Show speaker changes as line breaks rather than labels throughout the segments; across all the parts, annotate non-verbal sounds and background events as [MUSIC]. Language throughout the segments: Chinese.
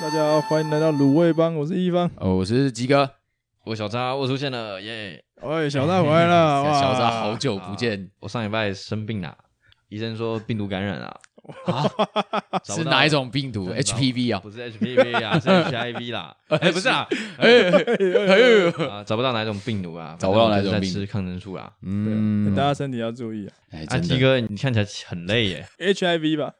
大家好，欢迎来到卤味帮，我是一方。
哦，我是鸡哥，我小扎，我出现了，耶、
喂，哎 [LAUGHS] 小大回来了，哇，
小扎好久不见，
我上礼拜生病啦，医生说病毒感染啊， [LAUGHS] 找不
是
到
哪一种病毒
找不到
？HPV 啊？
不是 HPV 啊，是 HIV 啦，哎，不是啊，
哎哎哎，
啊，找不到哪一种病毒啊，
找不到哪一种
反正我就
病
是
毒
在吃抗生素啊。
嗯，
大家身体要注意啊
哎，
啊，
真
鸡
的
哥，你看起来很累耶，
，HIV 吧。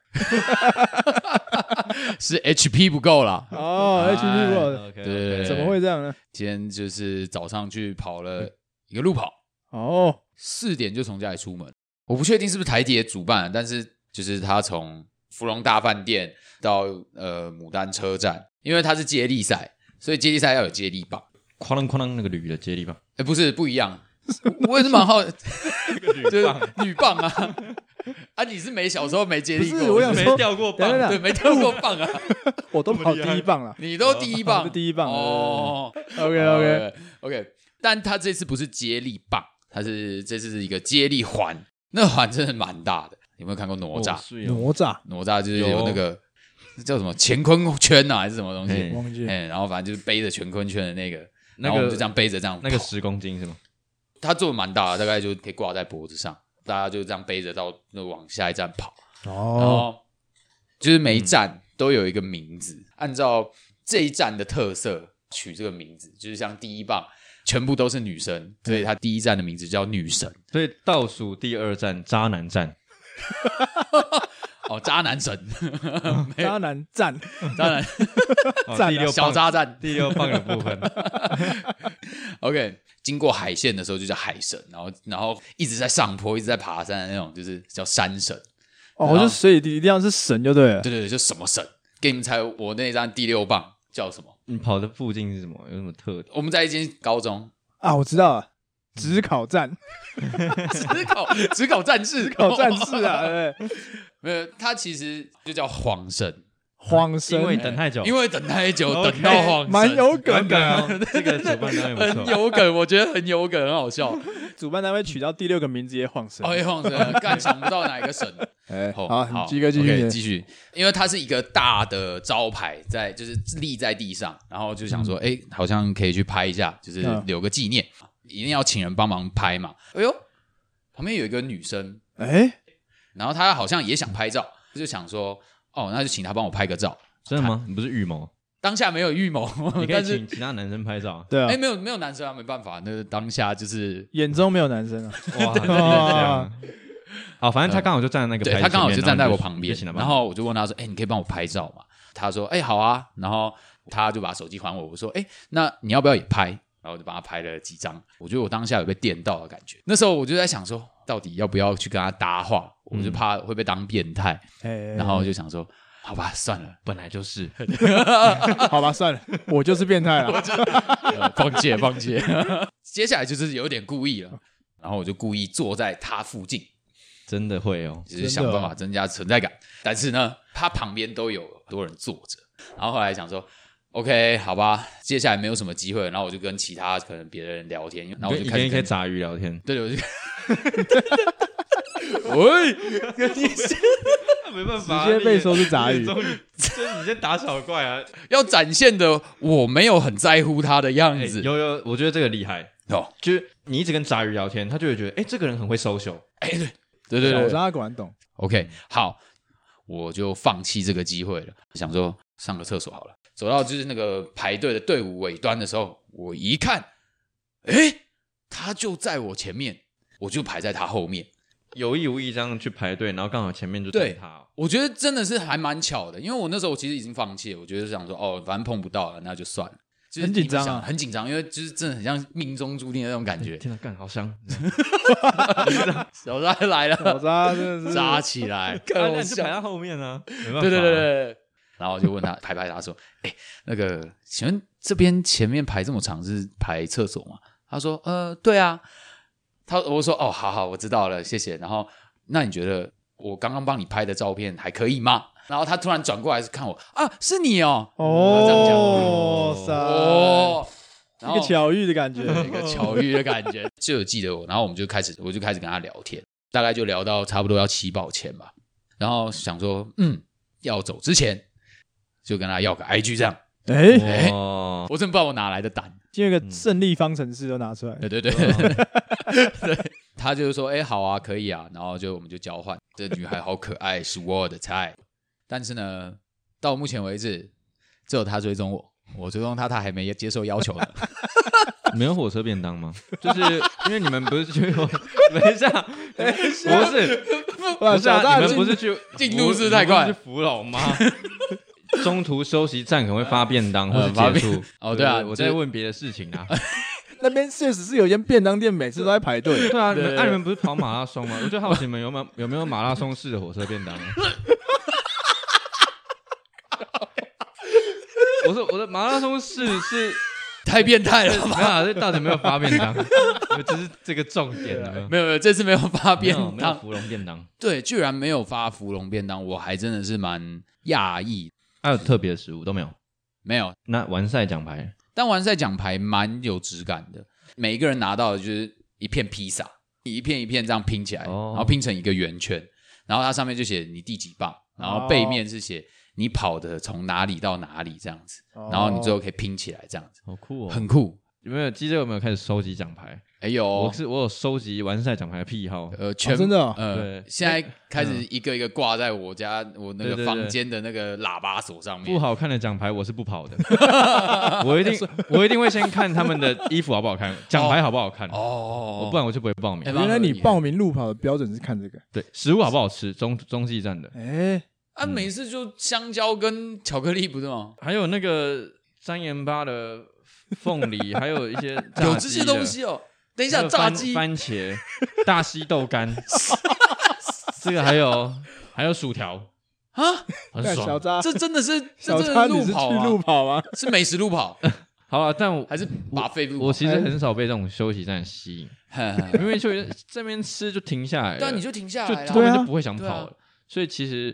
是 HP 不够啦。
[LAUGHS] 哦，HIV 不好，
OK，
对
怎么会这样呢？
今天就是早上去跑了一个路跑，
哦，
四点就从家里出门。我不确定是不是台铁主办，但是就是他从芙蓉大饭店到呃牡丹车站，因为它是接力赛，所以接力赛要有接力棒。
哐啷哐啷那个铝的接力棒，
哎，不是不一样，我也是蛮好，就是女棒啊。啊，你是没小时候没接力
不
过？
是我想
是
说
没掉过
等一
[LAUGHS] 棒
下，
对，没跳过棒啊，
我都跑第一棒了。
[LAUGHS] 你都第一
我
棒
是，第一棒
哦
OK OK，
OK，但他这次不是接力棒，他是这次是一个接力环，那环真的蛮大的，有没有看过哪吒？
哦是哦
哪吒，
哪吒就是
有
有那个那叫什么乾坤圈呐、啊，还是什么东
嘿
西？
忘记了
哎，然后反正就是背着乾坤圈的那个，
那
然后我
个
们就这样背着这样
那个
跑
十公斤是吗？
他做的蛮大的，大概就可以挂在脖子上，大家就这样背着到那往下一站跑。然
哦，
后就是每一站都有一个名字，按照这一站的特色取这个名字，就是像第一棒全部都是女生，
嗯
所以它第一站的名字叫女神
所以倒数第二站渣男站，
嗯
哦，渣
[LAUGHS]
男神，
渣男站，
渣男
哦
站啊
第六棒
小渣站。
第六棒的部分，
OK，经过海线的时候就叫海神，然后然后一直在上坡，一直在爬山的那种，就是叫山神。
哦，就所以一定要是神就对了。
对对对，就什么神？给你们猜，我那一站第六棒叫什么？
你跑的附近是什么？有什么特点？
我们在一间
[LAUGHS]
高中，
啊，我知道了，只考站，
只考 [LAUGHS] 只考战士，
考战士 [LAUGHS] 啊，对不对，
[LAUGHS] 没有，它其实就叫黄神，
晃
因为你
神，哎
等太久，
因为啊等太久
OK
等到黄神，
蛮有梗
梗
的。
[LAUGHS]
哦，这个主办单位不
很
错。
有啊梗，我觉得很有梗，很好
[LAUGHS]
笑。
主办单位取到第六个名字也晃神。
哦，也黄神，干想不到哪一个神。
哎，
哦
好，鸡哥继续
OK，
你的
继续，因为它是一个大的招牌在，就是立在地上，然后就想说，哎、好像可以去拍一下，就是
嗯
留个纪念，一定要请人帮忙拍嘛。哎呦，旁边有一个女生，
哎，
然后她好像也想拍照，就想说，哦，那就请她帮我拍个照。
真的吗？你不是预谋，
当下没有预谋
你，可以
嗯但是
请其他男生拍照啊。
[LAUGHS]
对啊
哎、，没有没有男生啊，没办法，那当下就是
眼中没有男生啊。
哇，真的这样好，反正他刚好就站在那个
啊对
牌子前面，
他刚好就站在我
然后
旁
你就
边
请他，帮
然后我就问他说：“哎、你可以帮我拍照吗？”他说：“哎、好啊。”然后他就把手机还我，我说：“哎、那你要不要也拍？”然后我就帮他拍了几张，我觉得我当下有被电到的感觉。那时候我就在想说，到底要不要去跟他搭话？我
嗯
就怕会被当变态，
[LAUGHS] 哎，
然后我就想说，好吧，算了，
本来就是，
好吧，算了，哎 [LAUGHS] 我就是变态了。
[LAUGHS] 呃放弃了放弃了。 [LAUGHS] 接下来就是有点故意了，然后我就故意坐在他附近，
真的会哦。
只是想办法增加存在感。但是呢，他旁边都有很多人坐着，然后后来想说。OK，好吧，接下来没有什么机会，然后我就跟其他可能别的人聊天，然后我就
你跟
开
一
始
些
跟，
杂鱼聊天，
对，我就，喂，
没办
啊
法直接被说是
[LAUGHS]
杂鱼你终
于，这你先打小怪啊！
要展现的我没有很在乎他的样子，
哎有有，我觉得这个厉害，
哦，
就是你一直跟杂鱼聊天，他就会觉得，哎，这个人很会 social。
对对对
小
对，
渣果然懂。
OK，好，我就放弃这个机会了，想说上个厕所好了。走到就是那个排队的队伍尾端的时候，我一看，诶，他就在我前面，我就排在他后面。
有意无意这样去排队，然后刚好前面就
对
对他哦，
我觉得真的是还蛮巧的，因为我那时候其实已经放弃了，我觉得想说哦，反正碰不到了，那就算了。就是
很
你
紧张啊
想很紧张，因为就是真的很像命中注定的那种感
[LAUGHS]
觉。
天哪，干
[LAUGHS]
好香！
小渣来了，
小渣真的是
[LAUGHS] 扎起来，
啊
更
那
好
你就
笑
排在后面啊，没办法啊
[LAUGHS] 对对对对。对然后我就 [LAUGHS] 问他，拍拍他说：“哎、那个，请问这边前面排这么长是排厕所吗？”他说：“呃，对啊。”他我说：“哦，好好，我知道了，谢谢。”然后那你觉得我刚刚帮你拍的照片还可以吗？然后他突然转过来看我啊，是你哦，他这样讲
哦，塞，
哦，然后
一个巧遇的感觉。
对一个巧遇的感觉， [LAUGHS] 就有记得我，然后我们就开始，我就开始跟他聊天，大概就聊到差不多要七宝前吧，然后想说，嗯，要走之前，就跟他要个 IG 这样。
哎，
哦，
我真不知道我哪来的胆，
今天有个胜利方程式都拿出来，
对对对，嗯 [LAUGHS] 他就是说，哎、好啊，可以啊，然后就我们就交换。这女孩好可爱，是我的菜。但是呢，到目前为止，只有她追踪我，我追踪她，她还没接受要求呢。 [LAUGHS]
没有火车便当吗？就是因为你们不是去，没事啊，
哎
不是
哇
不是
小
啊，
大
你们
进
不是去
进入式太快
你们不是去扶老吗？ [LAUGHS] 中途休息站可能会发便当或
呃
者
发
结
便
束。
哦对啊
我
就
在
是
问别的事情
[LAUGHS]
啊。
那边确实是有间便当店，每次都在排
[LAUGHS]
队。
对啊，你
对
们
对
啊你们不是跑马拉松吗？我就好奇你们有没有有没有马拉松式的火车便当？啊
[LAUGHS]
我说我的马拉松式是
太变态了
[LAUGHS] 没
吧？ [LAUGHS]
有啊，这到底有没有发便当， [LAUGHS] 这是这个重点有没有
没有没有，这次没有发便
没有没有
当，
芙蓉便当，
对，居然没有发芙蓉便当，我还真的是蛮讶异。
还有特别的食物都没有。
没有，
那完赛奖牌
但完赛奖牌蛮有质感的，每一个人拿到的就是一片披萨，一片一片这样拼起来，
哦
然后拼成一个圆圈，然后它上面就写你第几棒，然后背面是写你跑的从哪里到哪里这样子，
哦
然后你最后可以拼起来这样子，
好酷哦！
很酷。
有没有记者有没有开始收集奖牌？
哎呦
我，是我有收集完赛奖牌的癖好。
呃，全、
真的哦
呃
对，哎嗯
现在开始一个一个挂在我家我那
对对
个
对
房间的那个喇叭锁上面
不。好看的奖牌我是不跑 [LAUGHS] 的，我一定我一定会先看他们的衣服好不好看，奖牌好不好看，
哦
不，然我就不会报名
哎。
原来你报名路跑的标准是看这个，
对，食物好不好吃，中中继站的，
哎，
啊，每次就香蕉跟巧克力不是吗？
还有那个三盐巴的凤梨，还 [LAUGHS] 有一些炸
有
鸡
这些
的
东，西哦。等一
还
下，
有
炸
番
鸡
番茄、大西
[LAUGHS]
豆干，这个还有还有薯条，
啊，
很
干小
爽。
扎，
这真的是这
小
真
扎，
的
你
路
是去
跑啊
路
吗？
跑吗？ [LAUGHS]
是美食路跑
好了，但我
还是把费路
我
跑？
其实很少被这种休息站吸引，
[LAUGHS]
因为就这边吃就停下来了，
但啊你就停下
就
来
后
对
了。
啊
面就不会想跑
对啊
了。所以其实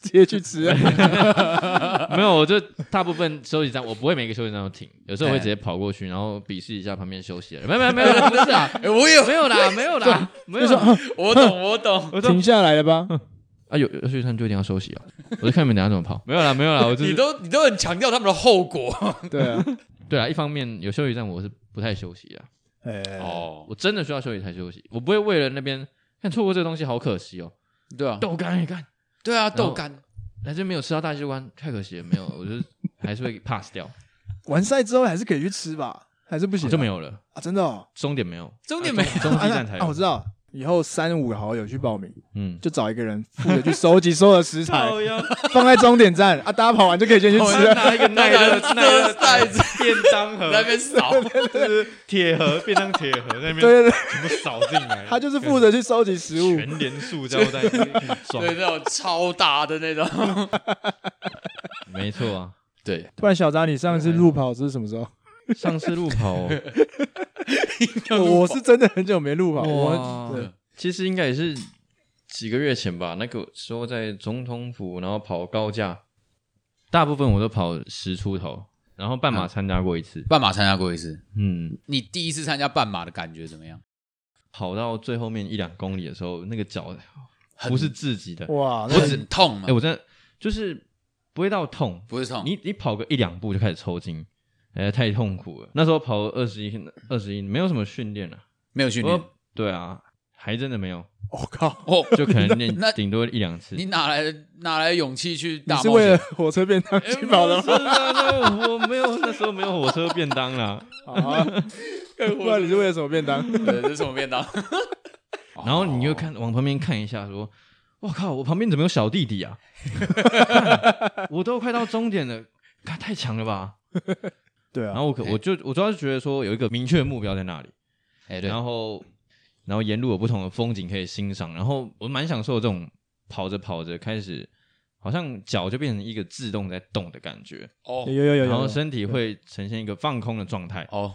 直接去吃啊，
没有，我就大部分休息站，我不会每个休息站都停，有时候我会直接跑过去，然后鄙视一下旁边休息
[LAUGHS]
的人。没有没有没有，不是啊，
哎我也
没有啦，没有啦，没有
就说
啦。
啊
[LAUGHS] 我懂，我懂。
我说
停下来了 [LAUGHS] 吧？
啊，有有休息站就一定要休息啊。我就看你们等下怎么跑。 [LAUGHS] 没有啦，没有啦，我就
你
是
都你都很强调他们的后果
对啊，
对啊。一方面有休息站，我是不太休息啊，
哎，
哦，
我真的需要休息才休息，我不会为了那边看错过这个东西好可惜哦。
对啊，
豆干也干。
对啊，
后
豆干
来这没有吃到大西瓜，太可惜了。没有，我就还是会 pass 掉，
完赛之后还是可以去吃吧，还是不行啊
就没有了。
啊？真的哦，
终点没有，
终点没有
啊中中继
啊
站才
那啊，我
有。
知道，以后三五好友去报名，
嗯，
就找一个人负责去收集所有的食材，
呀，
[LAUGHS] 放在终点站啊，大家跑完就可以先去吃了。
拿一个
耐热耐热袋子
便当
在那，边扫， [LAUGHS]
就是铁盒便当铁盒那边
[LAUGHS] 对对对，
全部扫进来
他就是负责去收集食物。
连塑胶袋，爽
对，那种超大的那种。
没错啊。
对，
不然小扎，你上次路跑是什么
[LAUGHS]
时候？
上次路跑，
我是真的很久没路跑，
哇
我对
其实应该也是几个月前吧。那个时候在总统府，然后跑高架，大部分我都跑十出头，然后半马参加过一次。
半马参加过一次，
嗯，
你第一次参加半马的感觉怎么样？
跑到最后面一两公里的时候，那个脚
很
不是自己的，
哇，那
我只痛吗
哎、？我真的就是不会到痛，
不是痛，
你你跑个一两步就开始抽筋，哎、太痛苦了。那时候跑二十一二十一，没有什么训练啊，
没有训练。
我对啊，还真的没有，
我靠，
哦，
就可能练
那
顶多一两次。
你哪来的哪来的勇气去
你
大
是
冒
为了
险？
火车便当
哎
去跑的
不 [LAUGHS]
吗？
是啊那我没有那时候没有火车便当啦，
[LAUGHS]
[LAUGHS]
啊，不然你是为了什么便当？ [LAUGHS]
对， [LAUGHS] 这是什么便当？
哦
然后你就看往旁边看一下，说：“我靠，我旁边怎么有小弟弟啊？ [LAUGHS] 我都快到终点了，看太强了吧！”
对
然
啊，
后我可我就我主要是觉得说有一个明确的目标在那里，
哎，对，
然后然后沿路有不同的风景可以欣赏，然后我蛮享受这种跑着跑着开始好像脚就变成一个自动在动的感觉，
哦
有有有有有，
然后身体会呈现一个放空的状态。
哦，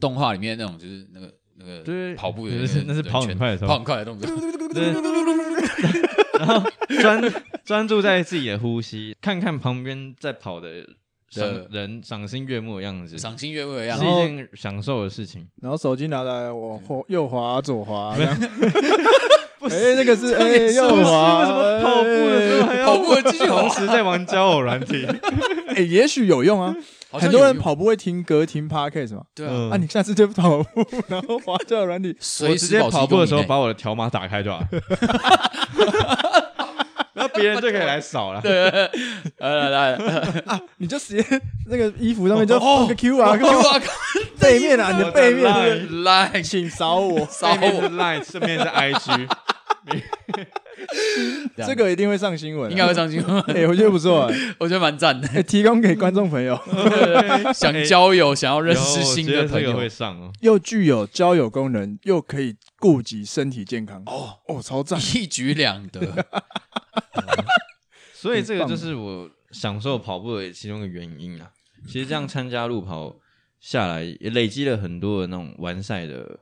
动画里面那种就是那个那个
对
跑步的
那是那是
对
跑很
全
快的时候
跑很快的动作，
对， [LAUGHS] 然后专专注在自己的呼吸，看看旁边在跑的赏
对
人赏心悦目的样子，是啊
赏心悦目的样
一
子。
后
件享受的事情。
然后手机拿来，我后右滑左滑，这样哎，那个是哎右滑，
哎啊为什么跑步的时候还要啊
跑步的继续
同
跑，
[LAUGHS] 时在玩交友软体？
哎，也许有用啊。
好像
很多
有
人
用
跑步会听歌、听 podcast 嘛。
对啊，
嗯
啊，你下次就跑步，然后滑交友软体，
我
随
直
时
接
保持
跑
一
步
公
的
里
时候
内
把我的条码打开就
[LAUGHS]
好了，然后别人就可以来扫了。
呃来 [LAUGHS] 来
你就直接那个衣服上面就放个 Q R，
，Q R
背面啊，你的背面
我的
对
line
不
来
对，请扫我，
扫
背面是
我，
Line，正面
[LAUGHS]
是 IG，
这个一定会上新闻啊，
应该会上新
[LAUGHS]
闻，
哎，我觉得不错哎，
我觉得蛮赞的。
哎提供给观众朋友，
想交友，想要认识
哎有
新
我觉
的
得
朋
这个
友
会，上哦。
又具有交友功能，又可以顾及身体健康。
哦
哦，超赞！
一举两得。
所以这个
很棒啊
就是我享受跑步的其中一个原因啊。其实这样参加路跑下来，也累积了很多的那种完赛的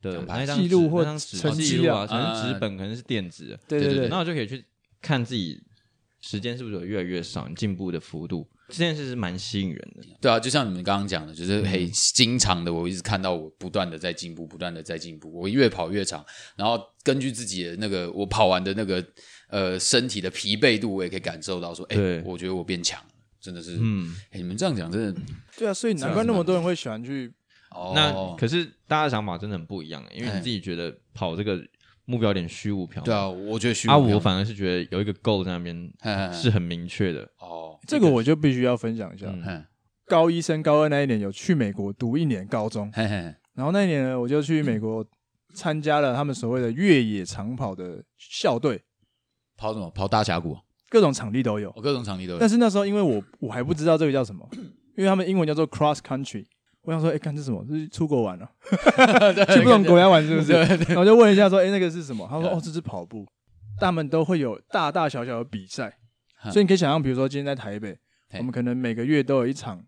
的
奖牌
那张
记录
纸
或
那张纸
成绩
记录啊，
啊
可能是纸
啊
本，可能是电子的，
对
对对
对
然后我就可以去看自己时间是不是有越来越少，你进步的幅度，这件事是蛮吸引人的。
对啊，就像你们刚刚讲的，就是很经常的，我一直看到我不断的在进步，不断的在进步，我越跑越长，然后根据自己的那个我跑完的那个呃身体的疲惫度，我也可以感受到说，哎、
对
我觉得我变强了，真的是，嗯，
嗯，
哎、你们这样讲真的，
对啊，所以难怪那么多人会喜欢去。
哦，
那可是大家的想法真的很不一样，因为
哎
你自己觉得跑这个目标有点虚无缥缈。
对啊，我觉得虚无
啊，
缥嗯
我反而是觉得有一个 goal 在那边
嘿嘿嘿
是很明确的。
哦，
这个我就必须要分享一下。
嗯
嗯，
高一升高二那一年，有去美国读一年高中，
嘿嘿，
然后那一年呢，我就去美国参加了他们所谓的越野长跑的校队，
跑什么？跑大峡谷，
各种场地都有。
我各种场地都有
但，是那时候因为我我还不知道这个叫什么， [COUGHS] 因为他们英文叫做 cross country。我想说，哎，看这是什么？这是出国玩啊， [LAUGHS] 去不同国家玩是不是？然后我就问一下说，哎，那个是什么？他说，哦，这是跑步。他们都会有大大小小的比赛，
嗯
所以你可以想象，比如说今天在台北，
嘿
我们可能每个月都有一场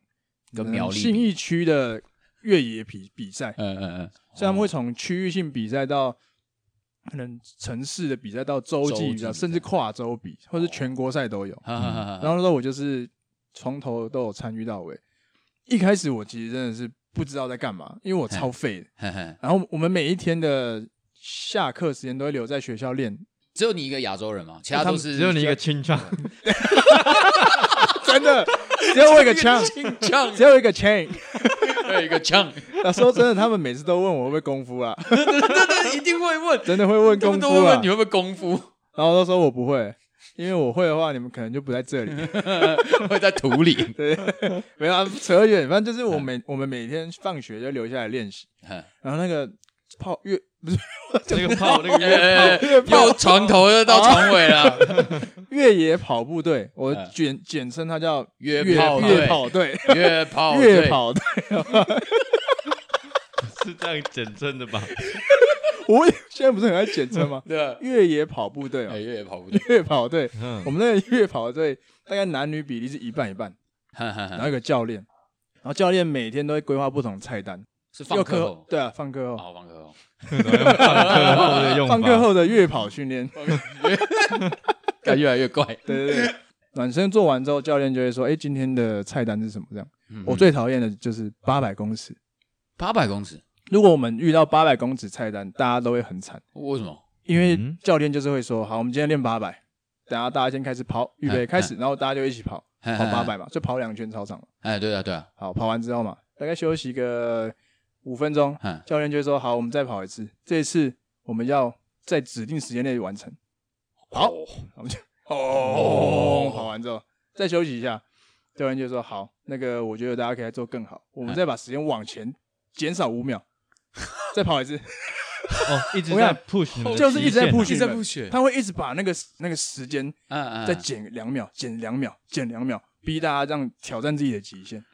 跟
可能
苗栗比
信义区的越野比比赛，
嗯嗯嗯，
所以他们会从区域性比赛到可能城市的比赛到洲
洲
际
际
比赛，
比赛
甚至跨洲比或是全国赛都有。
哈哈哈
然后那时候我就是从头都有参与到尾。一开始我其实真的是不知道在干嘛，因为我超废的。
嘿嘿，
然后我们每一天的下课时间都会留在学校练，
[LAUGHS] 只有你一个亚洲人嘛，其他
他
都
们
是
哎只有你一个青壮，
真的，只有我一个枪，
[LAUGHS] 呛
只，有一个 chain。 [LAUGHS]
有一个呛，
那说真的，他们每次都问我会不会功夫啦，
真的一定
[LAUGHS]
会问，
真的会问
他
功
们
夫啊
都会
啦
问你。会不会功夫，
然后我都说我不会，因为我会的话，你们可能就不在这里。
[LAUGHS] 会在土里。
[LAUGHS] 没有、啊，扯远，反正就是
嗯
我每我们每天放学就留下来练习，
哎
然后那个泡越
[LAUGHS]
[LAUGHS]
那个炮，那个越
呃，又床头又到床尾了，
[LAUGHS] 越野跑步队，我
嗯
简简称它叫
约
越
炮哦
越
队，
跑队，
约炮队？
越，跑队。
是这样简称的吧？
我也现在不是很爱简称吗 [LAUGHS]
对，
越野跑步队
哎
哦，
越跑不
[LAUGHS]
对，
越跑队，
嗯
我，们那个越跑队大概男女比例是一半一半，
哈哈
然
哈
后有个教练，然后教练每天都会规划不同的菜单，
是放
又
课
课
后，哦
对啊，放课后，
好放课后，
放课后的用法
放课，后的越跑训练，
感越来越怪。
对对对，暖身做完之后，教练就会说：“哎、今天的菜单是什么？”这样，
嗯
我最讨厌的就是八百公尺。
八百公尺，
如果我们遇到八百公尺菜单，大家都会很惨，
为什么？
因为
嗯
教练就是会说：“好，我们今天练八百，等下大家先开始跑，预备
嗯
开始，然后大家就一起跑，
跑
跑哦
[LAUGHS]
八？百嘛，就跑两圈操场嘛。
哎，对啊，对啊， [LAUGHS]
好，跑完之后嘛，大概休息个五分钟，
嗯
教练就会说：好，我们再跑一次，这一次我们要在指定时间内完成。好，我们就哦，跑完之后再休息一下，教练就说好，那个我觉得大家可以再做更好，我们再把时间往前减少五秒，再跑一次。
哦，一直
我跟你
在
讲
push，你们的
就是一直在
极限啊
push
在不学，
他会一直把那个那个时间
嗯嗯，
再减两秒，减两秒，减两秒，逼大家这样挑战自己的极限，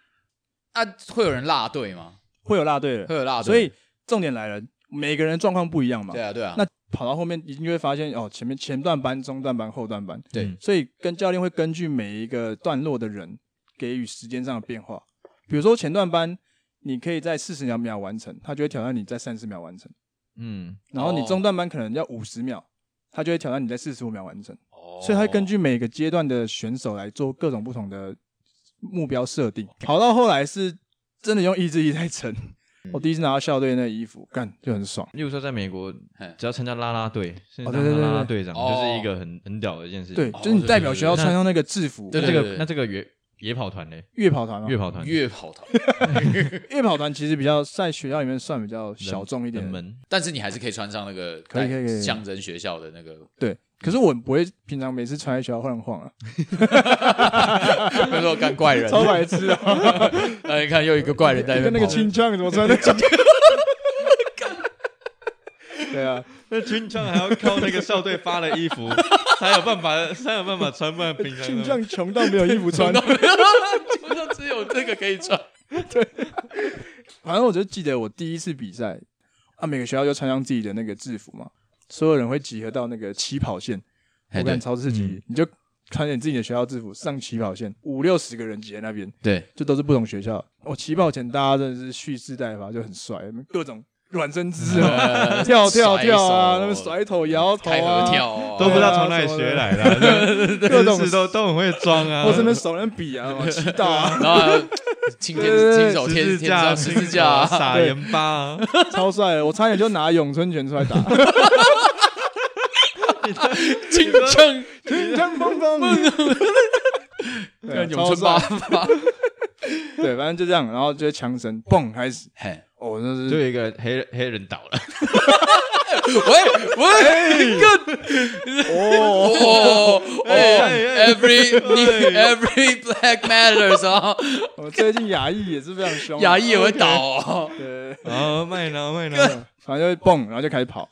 啊，会有人落队吗？
会有落队的。
会有落队，
所以重点来了，每个人状况不一样嘛
对。啊，对啊，
那跑到后面，一定就会发现哦，前面前段班、中段班、后段班，
对
嗯
所以跟教练会根据每一个段落的人给予时间上的变化。比如说前段班，你可以在四十秒秒完成，他就会挑战你在三十秒完成；
嗯，
然后你
哦
中段班可能要五十秒，他就会挑战你在四十五秒完成。
哦
所以他会根据每个阶段的选手来做各种不同的目标设定。跑到后来是真的用意志力在撑。
嗯
[LAUGHS] 我第一次拿到校队那衣服，干就很爽。
例如说在美国
嗯，
只要参加啦啦队，甚至
哦对对
当
对
啦啦队长，
对
就是一个很很屌的一件事情。
对，
哦
就是你代表学校
对对对
穿上那个制服，
对
那
对
这
对
个
对
那这个原野跑团嘞，
月跑团嘛，
月跑团，
越跑团，
月跑团其实比较在学校里面算比较小众一点
冷
的，
门，
但是你还是可以穿上那个
可以可以可以
象征学校的那个，
对。可是我不会平常每次穿在学校晃来晃啊，
那时候干怪人，
超白痴啊！
啊，你看又一个怪人在那
跟那
边
个
跑
清腔怎么
[LAUGHS]
穿的？ [LAUGHS] 对啊，
那军装还要靠那个校队发的衣 [LAUGHS] 服才有办法，才有办法穿，不然平常
清腔穷到没有衣服
[LAUGHS]
穿。
我就只有这个可以穿。
反正我就记得我第一次比赛啊，每个学校就穿上自己的那个制服嘛，所有人会集合到那个起跑线，
哎
我
对嗯
看超刺激，你就穿点自己的学校制服上起跑线，五六十个人挤在那边，
对，
就都是不同学校。我起跑前大家真的是蓄势待发，就很帅，各种软身姿势嘛，跳跳跳啊，那
哎呃甩手
么甩头摇头
开合
啊，
跳哦
都不知道从哪里学来 [LAUGHS] 的啊，各
各种
式都都很会装啊，
或是那手能比
[LAUGHS]
啊，嘛，祈祷啊，
然后还有青天
对
青手
十
天
字
天上
架、
十字架啊，
撒盐巴啊，
超帅的！我差点就拿咏春拳出来打，
青春
乒乓乓
[LAUGHS]
乓，对，
咏春
超
八
帅，
法，
[LAUGHS] 对，反正就这样，然后就强神蹦开始，
嘿，
哦，那
[LAUGHS] 就是有一个黑人黑人倒了，
喂
哎
喂，good
哦，
哦哦
哎哎哎
，every every black matters 啊，
[LAUGHS] 我最近亚裔也是非常凶，
牙医也会倒哦，
对，
[LAUGHS] 哦，麦挠麦挠，
反正就会蹦，然后就开始跑。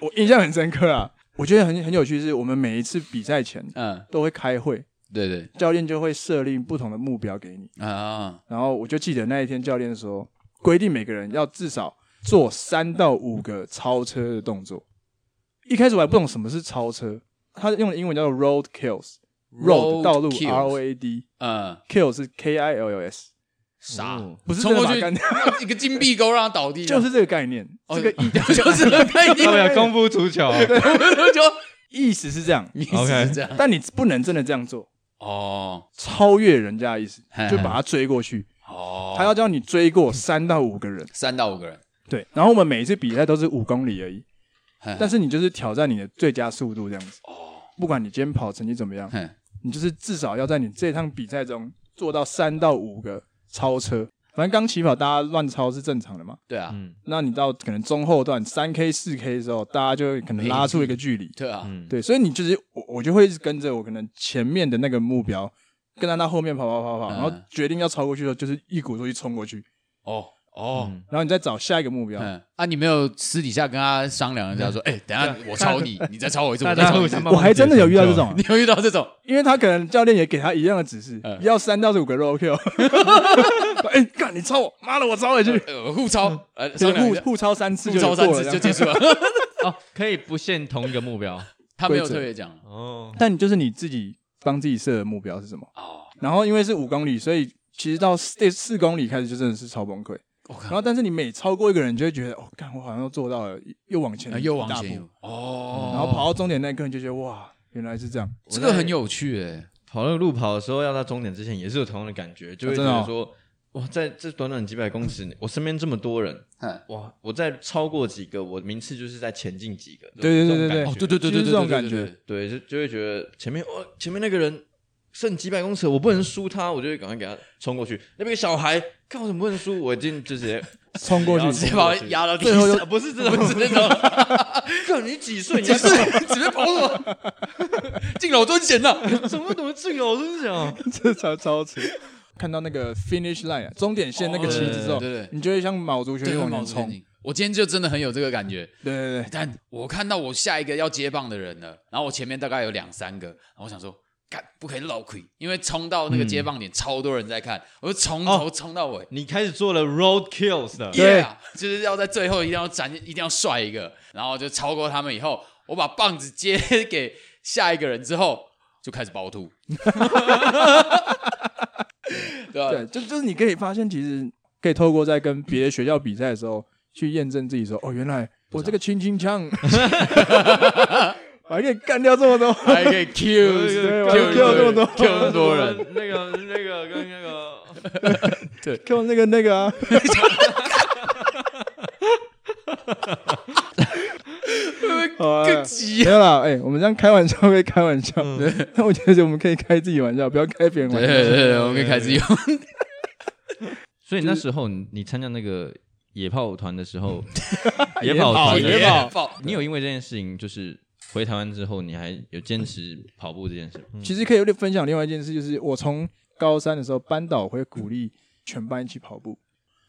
我印象很深刻啊，我觉得很很有趣，是我们每一次比赛前
嗯，
都会开会，
对对
教练就会设定不同的目标给你。
啊，
然后我就记得那一天教练说，规定每个人要至少做三到五个超车的动作。一开始我还不懂什么是超车，他用的英文叫做 road kills，road
Road
道路
kills
R O A D
嗯，
kill 是 K I L L S，
傻，
哦
不是
冲过
真
去
的把他干 [LAUGHS]
一个金币钩让他倒地，
就是这个概念，
哦
这个意
就是那个意
他们
思，
有功夫足 [LAUGHS] 球啊，
就
意思是这样，
意思是这样
但你不能真的这样做。
哦
超越人家的意思
嘿，
就把他追过去。
哦，
他要叫你追过三到五个人，
三到五个人，
对。然后我们每一次比赛都是五公里而已，
嘿
但是你就是挑战你的最佳速度这样子。
哦
不管你今天跑成绩怎么样，
嘿
你就是至少要在你这趟比赛中做到三到五个超车。反正刚起跑，大家乱超是正常的嘛。
对啊，
嗯
那你到可能中后段三 K、四 K 的时候，大家就会可能拉出一个距离。
对啊，
嗯，
对，所以你就是我，我就会一直跟着我可能前面的那个目标，跟他到后面跑跑跑跑，
嗯
然后决定要超过去的时候，就是一鼓作气冲过去，
哦哦。
嗯
然后你再找下一个目标。
嗯啊，你没有私底下跟他商量一下，说，哎、等一下我抄你，你再抄我一次，我再抄你一次。
我还真的有遇到这种，啊
你，有遇到这种？
因为他可能教练也给他一样的指示，
嗯
要三到五个 roll
[LAUGHS]
kill。哎，干你超我，妈的我超回去，
呃，互 [LAUGHS] 抄，呃，
就
商量一
互
下，
互超三次
互
就
抄
有
三
过了
次
这
就
样
结束了。
哦，可以不限同一个目标
他没有
规则
特别讲
哦，
但就是你自己帮自己设的目标是什么？
哦，
然后因为是五公里，所以其实到四第四公里开始就真的是超崩溃。
我
然
靠，
后，但是你每超过一个人，你就会觉得，哦，干，我好像又做到了，又往前
呃
一
又往
大
前
步
游，哦，
然后跑到终点那一刻，你就觉得哇，原来是这样。
这个很有趣诶、
跑那个路跑的时候，要到终点之前也是有同样的嗯感觉，就会
啊
觉
真的哦
得说，哇，在这短短几百公尺，我身边这么多人，
嗯
哇，我再超过几个，我名次就是在前进几个，
对对
这种
对对
哦，
感
对对
觉
对对对，
就是这种
对
感觉，
对
对，就就会觉得前面哦，前面那个人剩几百公尺，我不能输他，我就会赶快给他冲过去。那边有个小孩，看我怎么不能输，我已经就直接
哦
冲
[LAUGHS]
过
然后
去
直，接把他压到最
后
就
不是这
我
种，
只能走，
看你几岁，你
只
还
是只是跑什么？进老蹲前了，
怎么怎么这个，我跟你讲，
[LAUGHS] 这超超扯。看到那个 finish line 啊终点线那个旗子之
哦对
后，
对对，
你就会像卯足全力
对，
往
毛
前
主
冲。
席我今天就真的很有这个感觉。
对对对，
但我看到我下一个要接棒的人了，然后我前面大概有两三个，然后我想说，干不可以漏亏，因为冲到那个接棒点，超多人在看，我就从头冲到尾。
你开始做了 road kills 的，
对
Yeah，就是要在最后一定要展，一定要帅一个，然后就超过他们以后，我把棒子接给下一个人之后，就开始暴吐。对吧
对，就就是你可以发现，其实可以透过在跟别的学校比赛的时候，去验证自己说，哦，原来我这个轻轻枪， [LAUGHS] 我还可以干掉这么多。
还可以 Q
对
Q
我 Q 这么多
Q 那么多人，，
那个那个跟那个，
就那个那个啊，
会不会
更
急
啊没有啦，哎，我们这样开玩笑归开玩笑，那我觉得我们可以开自己玩笑，不要开别人
对
玩笑。
对对，我们可以开始用。
所以那时候你你参加那个野炮团的时候，
野
跑
跑
团
野
对
跑
爆
你有因为这件事情，就是回台湾之后，你还有坚持跑步这件事吗？
其实可以分享另外一件事，就是我从高三的时候，班导会鼓励全班一起跑步。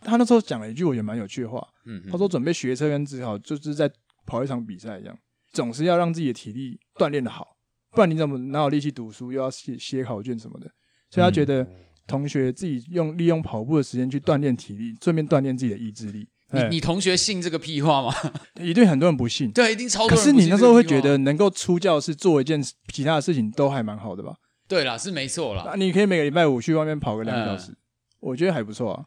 他那时候讲了一句我觉得蛮有趣的话，
嗯
他说准备学车跟职考就是在跑一场比赛一样，总是要让自己的体力锻炼的好，不然你怎么哪有力气读书，又要写写考卷什么的。所以他觉得同学自己用利用跑步的时间去锻炼体力，顺便锻炼自己的意志力。
你
哎
你同学信这个屁话 [LAUGHS] 吗？
一定很多人不信，
对，一定超
可
多人不
是
信
你那
这个
时候会
屁话
觉得能够出教室做一件其他的事情都还蛮好的吧？
对啦，是没错啦
啊，。你可以每个礼拜五去外面跑个两个小
嗯
时，我觉得还不错啊。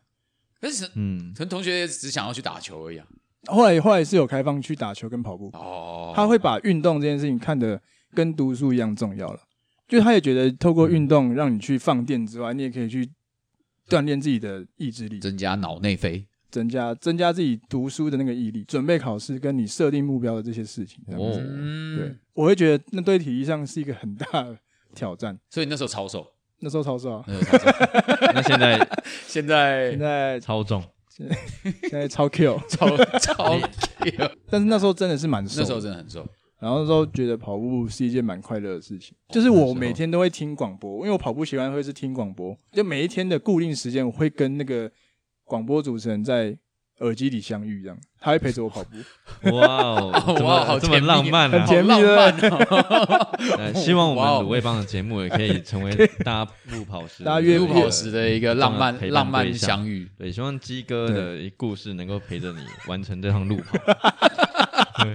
可是可
嗯，
能同学只想要去打球而已啊。
后来后来是有开放去打球跟跑步，
哦，
他会把运动这件事情看得跟读书一样重要了。就他也觉得透过运动让你去放电之外，
嗯
你也可以去锻炼自己的意志力，
增加脑内啡。
增加增加自己读书的那个毅力，准备考试跟你设定目标的这些事情。
哦
[LAUGHS] 哦，
嗯，
对，，我会觉得那对体力上是一个很大的挑战。
所以那时候超 [LAUGHS] 瘦，
那时候超瘦啊，
那时候超瘦
那现在
现在
现在
超重，
现在超 Q，
超超 Q
但是那时候真的是蛮瘦的。
[LAUGHS] 那时候真的很瘦。
然后那时候觉得跑步是一件蛮快乐的事
哦
情，就是我每天都会听广播，因为我跑步习惯会是听广播，就每一天的固定时间我会跟那个广播主持人在耳机里相遇，这样他会陪着我
[LAUGHS]
跑步。
哇
[LAUGHS]
哦，怎
哇
么
好
这
甜
么
蜜
浪漫
很
啊！
甜蜜
好
对
浪
不
漫 [LAUGHS] 哦，
呃希望我
哇哦
们卤味帮的节目也可以成为大家路跑时的
大家约
路
路
跑时的一个浪漫
陪伴
浪漫
对象
相遇。
对，希望鸡哥的一故事能够陪着你完成这趟路跑。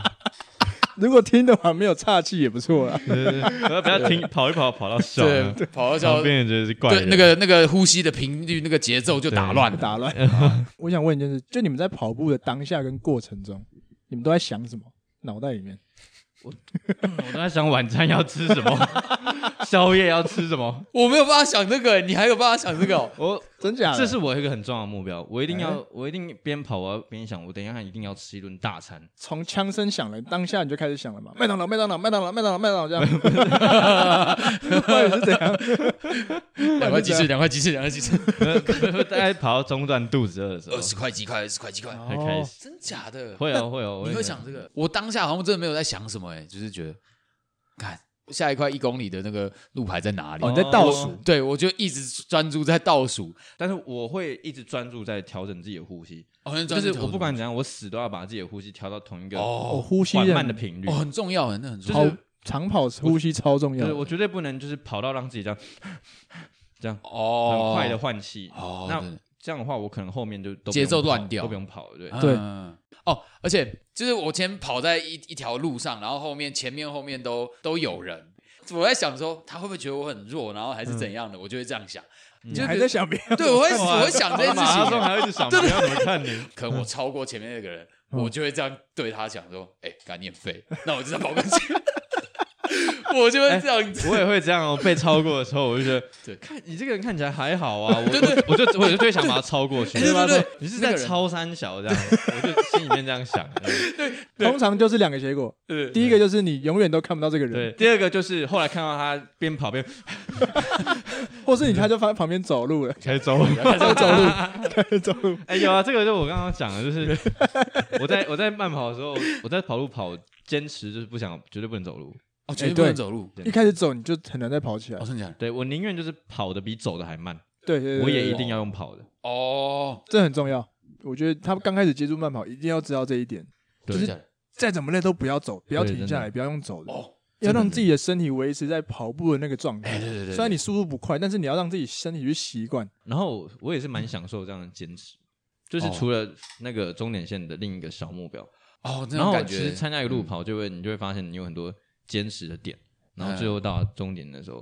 如果听的话没有岔气也不错啊啦。
对对对，不要停，跑一跑，跑到笑了，
对，跑到
啊旁
笑，
边人觉得是怪
对
人。
那个那个呼吸的频率、那个节奏就打乱了。
打
[LAUGHS]
乱。
嗯
我想问一件事，就你们在跑步的当下跟过程中，你们都在想什么？脑袋里面
嗯我都在想晚餐要吃什 [LAUGHS] 么，宵夜要吃什么。
我没有办法想这个，你还有办法想这个
[LAUGHS]
哦？
我
真假的？
这是我一个很重要的目标，我一定要，我一定边跑我要边想，我等一下一定要吃一顿大餐。
从枪声响了当下你就开始想了嘛？麦当劳，麦当劳，麦当劳，麦当劳，麦当劳这样，到
[LAUGHS]
底是怎样？ [LAUGHS]
两块鸡翅，两块鸡翅，两块鸡翅，
大概跑到中段肚子饿的时候
二，十块鸡块，二十块鸡块，
会开始
真假的？
啊会哦会哦，
你会想这个？我当下好像真的没有在想什么、哎，就是觉得，看下一块一公里的那个路牌在哪里？
哦，你在倒数
哦。
对，我就一直专注在倒数，
但是我会一直专注在调整自己的呼吸，
哦，很
就
专注
是我不管怎样，我死都要把自己的呼吸调到同一个
哦，
哦
呼吸
缓
的
慢的频率
哦，。很重要，那很重
就
跑
要。
是
长跑呼吸超重要
就是
的。
我绝对不能就是跑到让自己这样
哦，
很快的换气。
哦，
那
对
这样的话，我可能后面就都不用
节奏
跑
乱掉
都不用跑了，对。
对
嗯哦，而且就是我前跑在一一条路上，然后后面前面后面都都有人，我在想说他会不会觉得我很弱，然后还是怎样的，我就会这样想，
嗯
就
你
是
还
比
在
如
想别人？
对，我会我会想这件事
马拉松
情，
还会一直想，不要怎么看你。
可能我超过前面那个人，
嗯
我就会这样对他讲说，哎，赶紧废，那我就再跑过去， [LAUGHS] 我就
哎
会这样子，
我也会这样哦，被超过的时候，我就觉得，
对
看你这个人看起来还好 [LAUGHS] 啊，我我我就我就就会想把他超过去。
哎对对对
你是
那
在
个人
超三小这样，我就心里面这样想。 [LAUGHS]
通常就是两个结果，
对
第一个就是你永远都看不到这个
对，
人，
第二个就是后来看到他边跑边
或是你他就放在旁边走路了，
开始走。
然后开始走路，
走路。
[LAUGHS] 哎，有啊，这个就我刚刚讲的，就是 [LAUGHS] 我在我在慢跑的时候，我在跑路跑，坚持就是不想，绝对不能走路。
哦，绝
哎
对不
对
能走路，
一开始走你就很难再跑起来
哦，。真的假的？
对我宁愿就是跑的比走的还慢，
对对对，
我也
对
一定要用跑的。
哦，
这很重要。我觉得他们刚开始接触慢跑，一定要知道这一点，
对
真的假的？
再怎么累都不要走，不要
对
停下来，不要用走的，
哦，
要让自己的身体维持在跑步的那个状态
哎，。对对对，
虽然你速度不快，但是你要让自己身体去习惯。
然后我也是蛮享受这样的坚持，就是
哦
除了那个终点线的另一个小目标，
哦，那
然
种
后
感
其实
觉，嗯
参加一个路跑就会、你就会发现你有很多坚持的点，然后最后到终点的时候，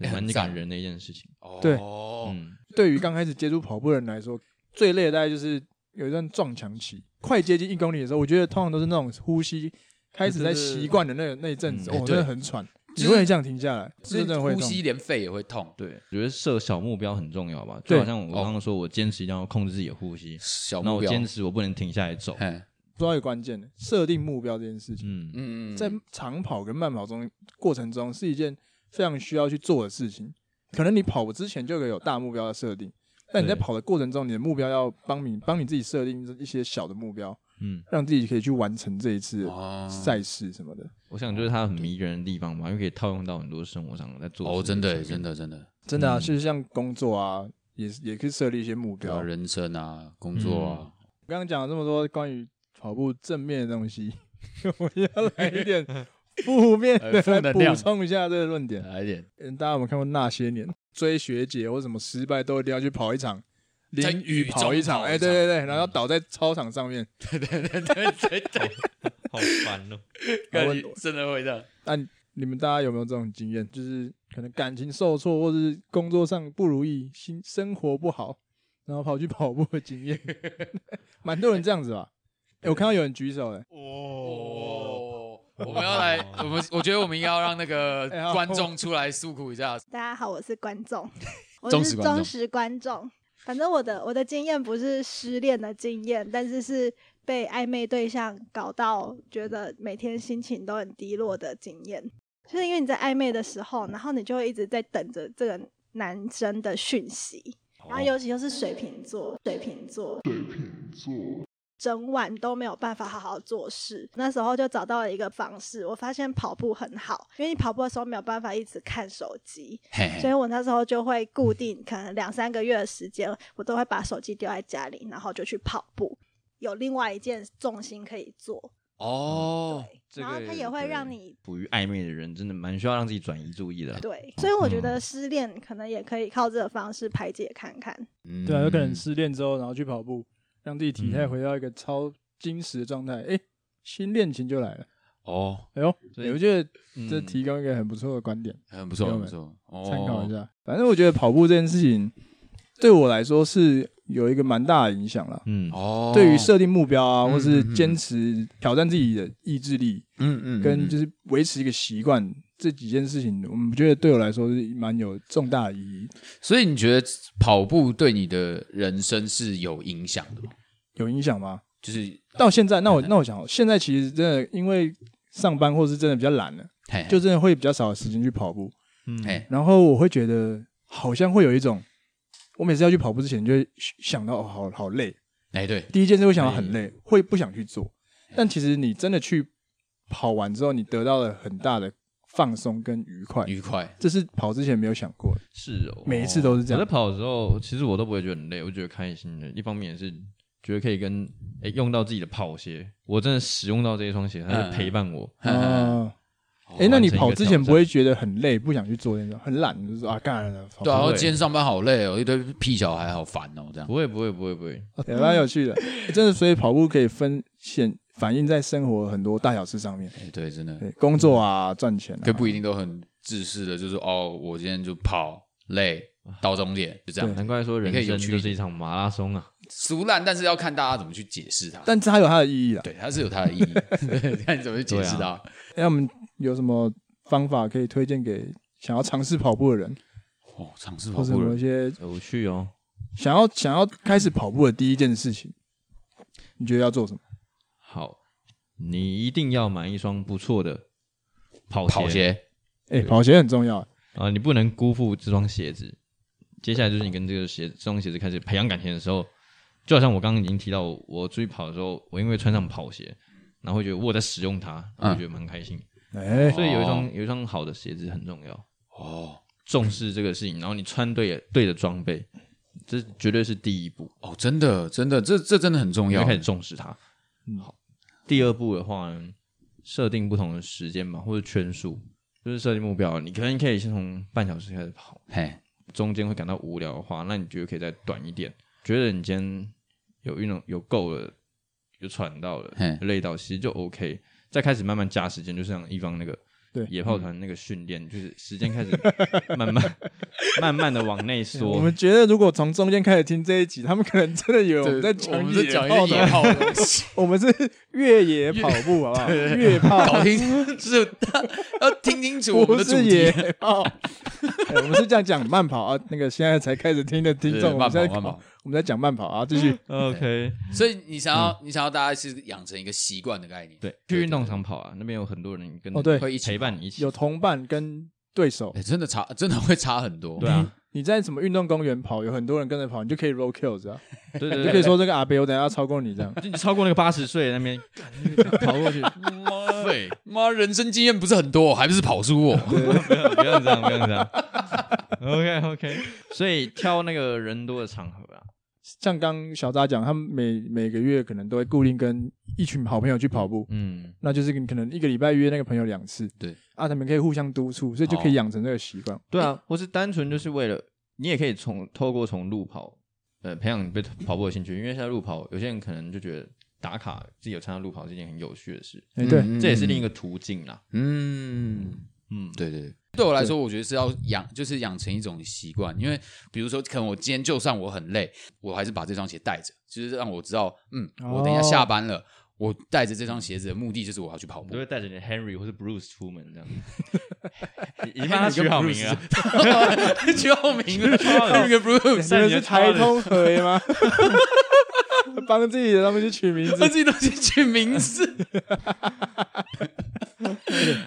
哎嗯
蛮
很赞
感人的一件事情。
哦
对
嗯，
对于刚开始接触跑步的人来说，最累的大概就是有一段撞墙期，快接近一公里的时候，我觉得通常都是那种呼吸开始在习惯的那那一阵子，
嗯
哦，
哎对
真的很喘，
就是
你会很想停下来，
就是
真的会
呼
痛。
吸连肺也会痛，
对，我觉得设小目标很重要吧，
对
就好像我刚刚说，我坚持一定要控制自己的呼吸，
哦小
那
目
我
标，
坚持我不能停下来走，
嗯，
抓一个关键的设定目标这件事情，
嗯
嗯嗯，
在长跑跟慢跑中过程中是一件非常需要去做的事情。可能你跑之前就可以有大目标的设定，但你在
对
跑的过程中，你的目标要帮你帮你自己设定一些小的目标，
嗯，
让自己可以去完成这一次的
哦
赛事什么的。
我想就是它很迷人的地方吧，又可以套用到很多生活上在做
哦，真的耶真
的，
的真的，
真的啊，
嗯
就是像工作啊，也是也可以设立一些目
对
标。
啊，人生啊，工作啊，
我刚刚讲了这么多关于跑步正面的东
[LAUGHS]
西，我要来一点负面的
呃负
来
能
补
量呃
充一下这个论点。
来一点
嗯，大家有没有看过那些年追学姐或什么失败都一定要去跑一场，淋雨跑一场，
在雨中跑一场嗯
哎、对对对，然后倒在操场上面。
好烦哦。
感
感
觉
觉真的会这样。
那、你们大家有没有这种经验？就是可能感情受挫，或是工作上不如意，心生活不好，然后跑去跑步的经验， [LAUGHS] 蛮多人这样子吧？哎、我看到有人举手、哎，
哦，我们要来，我们我觉得我们应该要让那个
哎好
观众出来诉苦一下。
大家好，我是
[LAUGHS]
观众，我
忠
是
实观众
忠实观众。反正我的我的经验不是失恋的经验，但是是被暧昧对象搞到觉得每天心情都很低落的经验。就是因为你在暧昧的时候，然后你就会一直在等着这个男生的讯息，
哦
然后尤其又是水瓶座，水瓶座，水瓶座，整晚都没有办法好好做事。那时候就找到了一个方式，我发现跑步很好，因为你跑步的时候没有办法一直看手机，
嘿
哎
所
嘿
以我那时候就会固
嗯
定可能两三个月的时间，我都会把手机丢在家里，然后就去跑步。有另外一件重心可以做，
哦，
这
然后
个
它也会
对
让你
处于暧昧的人，真的蛮需要让自己转移注意的。
啊
对，所以我觉
嗯
得失恋可能也可以靠这个方式排解看看。
嗯
对啊，有可能失恋之后，然后去跑步，让自己体态回到一个超精实的状态，哎、新恋情就来了。
哦，
哎呦，
所以
我觉得这
嗯
提供一个很不错的观点。
很不错，
朋友们
很不错，
参考一
哦。
下。反正我觉得跑步这件事情对我来说是有一个蛮大的影响了。
嗯，
哦，
对于设定目标啊，
嗯
或是坚持挑战自己的意志力，
嗯嗯，
跟
嗯
就是维持一个习惯这几件事情，我们觉得对我来说是蛮有重大的意义，
所以你觉得跑步对你的人生是有影响的吗？
有影响吗？
就是
到现在，那
嗯
我那我想，现在其实真的因为上班或是真的比较懒了，
嘿嘿
就真的会比较少的时间去跑步。
哎
嘿
然后我会觉得好像会有一种，我每次要去跑步之前就会想到哦，好好累，
哎对，
第一件事会想到很累，会不想去做。但其实你真的去跑完之后，你得到了很大的放松跟愉快，
愉快
这是跑之前没有想过的。
是哦，
每一次都是这
我在
样，
跑的时候，其实我都不会觉得很累，我觉得开心的。一方面也是觉得可以跟诶用到自己的跑鞋，我真的使用到这一双鞋，它
嗯嗯
就陪伴我。
[LAUGHS] 啊。哎、
完成
那你
一个
跑之前
挑
不会觉得很累，不想去做那种很懒，你就说啊，干了，跑
对啊，
步
我今天上班好累哦，一堆屁小孩好烦哦，这样
不会不会不会不会，
也蛮有趣的，真的。所以跑步可以分显反映在生活很多大小事上面，
哎对，真的
对工作啊、赚钱啊，
可不一定都很自私的，就是哦，我今天就跑
[LAUGHS]
累到终点就这样，
难怪说人
你可以有
生
趣一
就是
点
一场马拉松啊。
俗烂，但是要看大家怎么去解释它。
但它有它的意义啦。
对，它是有它
[LAUGHS]
的意义，对看你怎么去解释它。
哎、我们有什么方法可以推荐给想要尝试跑步的人，
哦，尝试跑
或者
步
某
了
一，些
有趣哦，
想要想要开始跑步的第一件事情，你觉得要做什么？
好，你一定要买一双不错的跑鞋
跑鞋，
哎、跑鞋很重要，
啊，你不能辜负这双鞋子。接下来就是你跟这个鞋这双鞋子开始培养感情的时候，就好像我刚刚已经提到，我出去跑的时候，我因为穿上跑鞋，然后会觉得我有在使用它，我
嗯
觉得蛮开心。
哎、
所以有一双
哦
有一双好的鞋子很重要，
哦
重视这个事情，然后你穿对对的装备，这绝对是第一步，
哦，真的真的，这这真的很重
你要
要
开。始重视它。
嗯
好，第二步的话呢，设定不同的时间嘛，或者圈数，就是设定目标。你可能可以先从半小时开始跑，
嘿，
中间会感到无聊的话，那你觉得可以再短一点。觉得你今天有运动有够了，有喘到了
嘿，
累到，其实就 OK。再开始慢慢加时间，就像一方那个
对
野炮团那个训练，就是时间开始 [LAUGHS] 慢慢慢慢的往内
我
缩
们。觉得如果从中间开始听这一集，他们可能真的以为我们在
我
讲
们
野
在讲一
炮
些野
的，
炮的东西，
我们是越野跑步，好不好？越炮
[LAUGHS] 搞清，就是要听清楚我们
不
的主
是
题
野。 [LAUGHS] 炮。哎我们是这样讲慢跑啊，那个现在才开始听的听
对
众，我
慢
们在
跑慢跑，
我们在讲慢跑啊，继续。
OK，
所以你想要你想要大家是养成一个习惯的概念，
嗯对，去运动场跑啊，那边有很多人跟
哦对
会一起
陪伴你一起
有。同伴跟对手
哎，，真的差真的会差很多。
对 [LAUGHS] 啊，
你在什么运动公园跑，有很多人跟着跑，你就可以 roll kills 啊，
对对
你
对，
就可以说这个阿北，我等下要超过你这样。
就你超过那个八十岁那边跑过去，
妈废，妈人生经验不是很多，还不是跑输我。
不要 [LAUGHS] 不要这样，不要这样。OK OK，所以挑那个人多的场合啊，
像刚小扎讲，他们每每个月可能都会固定跟一群好朋友去跑步，
嗯，
那就是你可能一个礼拜约那个朋友两次，
对
啊，他们可以互相督促，所以就可以
哦
养成这个习惯。
对啊，或是单纯就是为了你也可以从透过从路跑，呃，培养你对跑步的兴趣，因为现在路跑有些人可能就觉得打卡自己有参加路跑是一件很有趣的事，
哎、对，
嗯
这也是另一个途径啦。
嗯，
嗯，
对对对，对我来说，我觉得是要养，就是养成一种习惯。因为比如说，可能我今天就算我很累，我还是把这双鞋带着，就是让我知道，嗯，我等一下
哦
下班了，我带着这双鞋子的目的就是我要去跑
你
步
[LAUGHS] 都。会带着你的 Henry 或是 Bruce 出门 [LAUGHS] 这样，已经帮他取好名啊了，
取好名了，那个
[LAUGHS]
Bruce，
你
在
们
[LAUGHS] 你
是
的
台通合约吗？帮自己的东西取名字
他。自己东西取名字。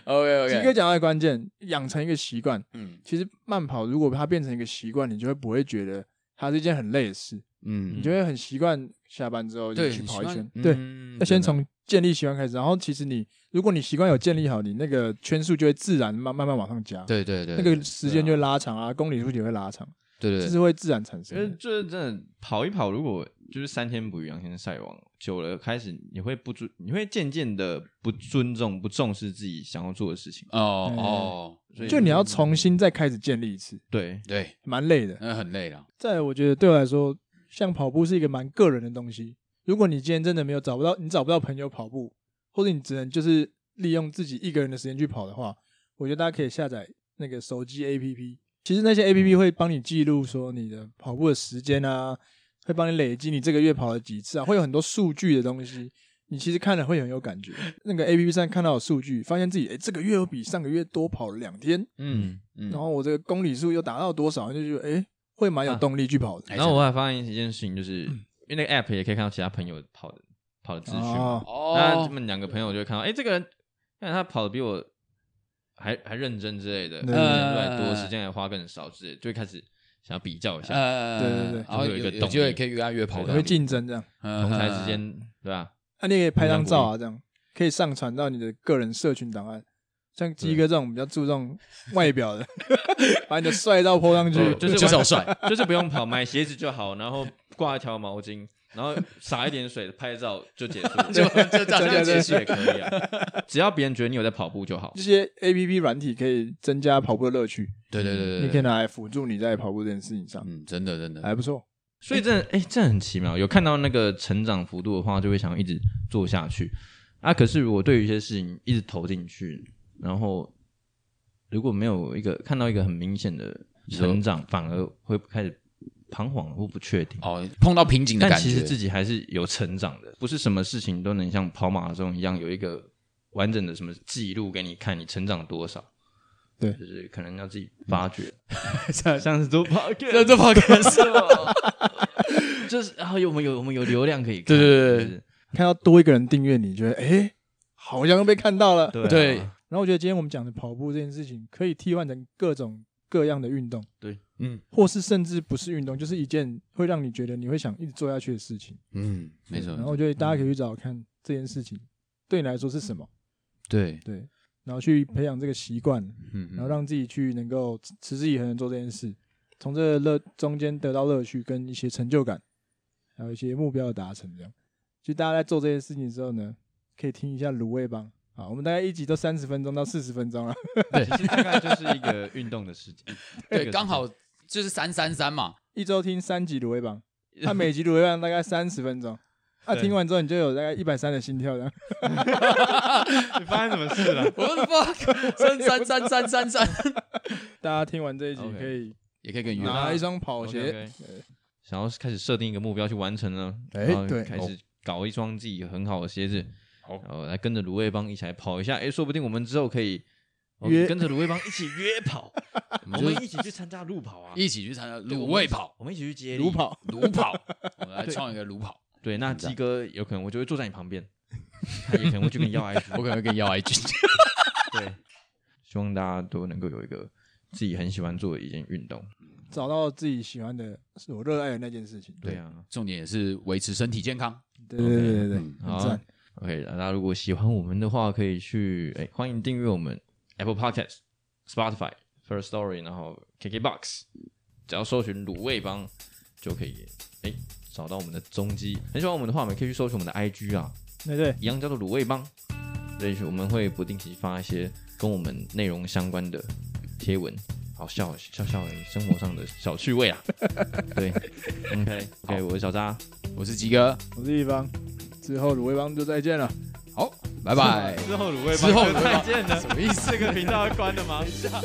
OK
鸡哥
OK，
讲到的关键，养成一个习惯。
嗯
其实慢跑如果它变成一个习惯，你就会不会觉得它是一件很累的事，你
嗯，
就会很习惯下班之后就
对，
去跑一圈。
你喜欢
对，
嗯
要先
真的
从建立习惯开始，然后其实你如果你习惯有建立好，你那个圈数就会自然慢慢慢往上加，
对对对
那个时间就会拉长啊，公里数也会拉长，
对对
这
对
是会自然产
因为
生的。
这真的跑一跑，如果就是三天捕鱼两天晒网，久了开始你会不尊，你会渐渐的不尊重、不重视自己想要做的事情。
哦
对
哦，
所以
就你要重新再开始建立一次，
对，
对，
蛮累的。
那很累了。
再来我觉得对我来说，像跑步是一个蛮个人的东西。如果你今天真的没有找不到，你找不到朋友跑步，或者你只能就是利用自己一个人的时间去跑的话，我觉得大家可以下载那个手机 APP。其实那些 APP 会帮你记录说你的跑步的时间啊，会帮你累积你这个月跑了几次啊，会有很多数据的东西。你其实看了会很有感觉。那个 A P P 上看到的数据，发现自己诶哎这个月又比上个月多跑了两天，
嗯嗯
然后我这个公里数又达到多少，就觉得诶会蛮有
啊
动力去跑的。
哎
然后我还发现一件事情，就是
嗯
因为那个 app 也可以看到其他朋友跑的跑的资讯嘛。
哦
那他
哦，
们两个朋友就会看到，哎，这个人，看他跑的比我还还认真之类的，
对
时间还多，时间还花更少之类的，就会开始想要比较一下，
呃，
对对对
然后
就有一个
有
动
机会
力
可以越来越跑嗯
对
的
会竞争这样。
同才
呃
之间，对吧？
啊，你也可以拍张照啊，这样可以上传到你的个人社群档案。像鸡哥这种比较注重外表
[LAUGHS]
的，把你的帅照 po 上去，
对
哦
就是
就是
玩
要帅，
就是不用跑，买鞋子就好，然后挂一条毛巾，然后洒一点水，拍照就结束了，
就就这
这
样
样
结
结
束
束。也可以啊。只要别人觉得你有在跑步就好
这。些 A P P 软体可以增加跑步的乐趣，
对对对
你
对
可以哎
对，
拿来辅助你在跑步这件事情上，
嗯，真的真的，
还不错。
所以这哎，这很奇妙。有看到那个成长幅度的话，就会想要一直做下去。啊，可是我对于一些事情一直投进去，然后如果没有一个看到一个很明显的成长，反而会开始彷徨或不确定。
哦，碰到瓶颈的
但
感
其
觉
实，自
[LAUGHS]
己还是有成长的，不是什么事情都能像跑马拉松一样有一个完整的什么记录给你看，你成长多少。
对
就是可能要自己发掘，像是 [LAUGHS] 都跑，
这这
[LAUGHS]
podcast，
就是然后有我们有我们有流量可以
对
看，
对对
就是
看到多一个人订阅你，觉得诶，好像被看到了。
对啊
对
然后我觉得今天我们讲的跑步这件事情，可以替换成各种各样的运动，
嗯
或是甚至不是运动，就是一件会让你觉得你会想一直做下去的事情。
嗯，没错
然，后我觉得大家可以去找看这件事情对你来说是什么，
对，
对，然后去培养这个习惯，
嗯，
然后让自己去能够持持之以恒的做这件事，从这个乐中间得到乐趣跟一些成就感，还有一些目标的达成。这样，就大家在做这些事情的时候呢，可以听一下卤味帮啊，我们大概一集都三十分钟到四十分钟了，
[LAUGHS] 其实大概就是一个运动的时间，这个
对，
是
刚好就是三三三嘛，
一周听三集卤味
[LAUGHS]
帮，它、每集卤味帮大概三十分钟。啊，
对
听完之后你就有大概一百三的心跳
[LAUGHS]
了，
你 [LAUGHS] 发生什么事了？
我的 [LAUGHS] fuck，三三三三三三，
大家听完这一集
OK
可以
也可以跟你约，
拿一双跑鞋
OK，OK 想要开始设定一个目标去完成呢，
哎
然后
对
开始搞一双自己很好的鞋子，
好
然后来跟着卤味帮一起来跑一下，哎，说不定我们之后可以我们
约
跟着卤味帮一起约 [LAUGHS] 跑，我们一起去参加路跑啊，
一起去参加
对
卤味跑，
我们一起去接力
如。跑，
卤
[LAUGHS]
跑，我们来创一个卤跑，
对，那鸡哥有可能我就会坐在你旁 [LAUGHS] 边，他也可能会去跟你要 [LAUGHS] IG。
我可能会跟姚爱君。
对，希望大家都能够有一个自己很喜欢做的一件运动。
找到自己喜欢的、我热爱的那件事情。
对啊
重点也是维持身体健康。
对对对对对，
嗯好啊
很赞。
，OK，大家如果喜欢我们的话，可以去哎，欢迎订阅我们 Apple Podcast、Spotify、First Story，然后 KKBox，只要搜寻卤味帮就可以哎找到我们的踪迹。很喜欢我们的话，我们可以去搜寻我们的 IG 啊，
对对，
一样叫做卤味帮。也许我们会不定期发一些跟我们内容相关的贴文，好笑笑笑人生活上的小趣味啊。对，OK OK，我是小扎，
我是鸡哥，
我是一方，之后卤味帮就再见了。
好，拜拜。
之后卤味
之后
再见了
什。么意思？
这个频道要关了吗？
等一下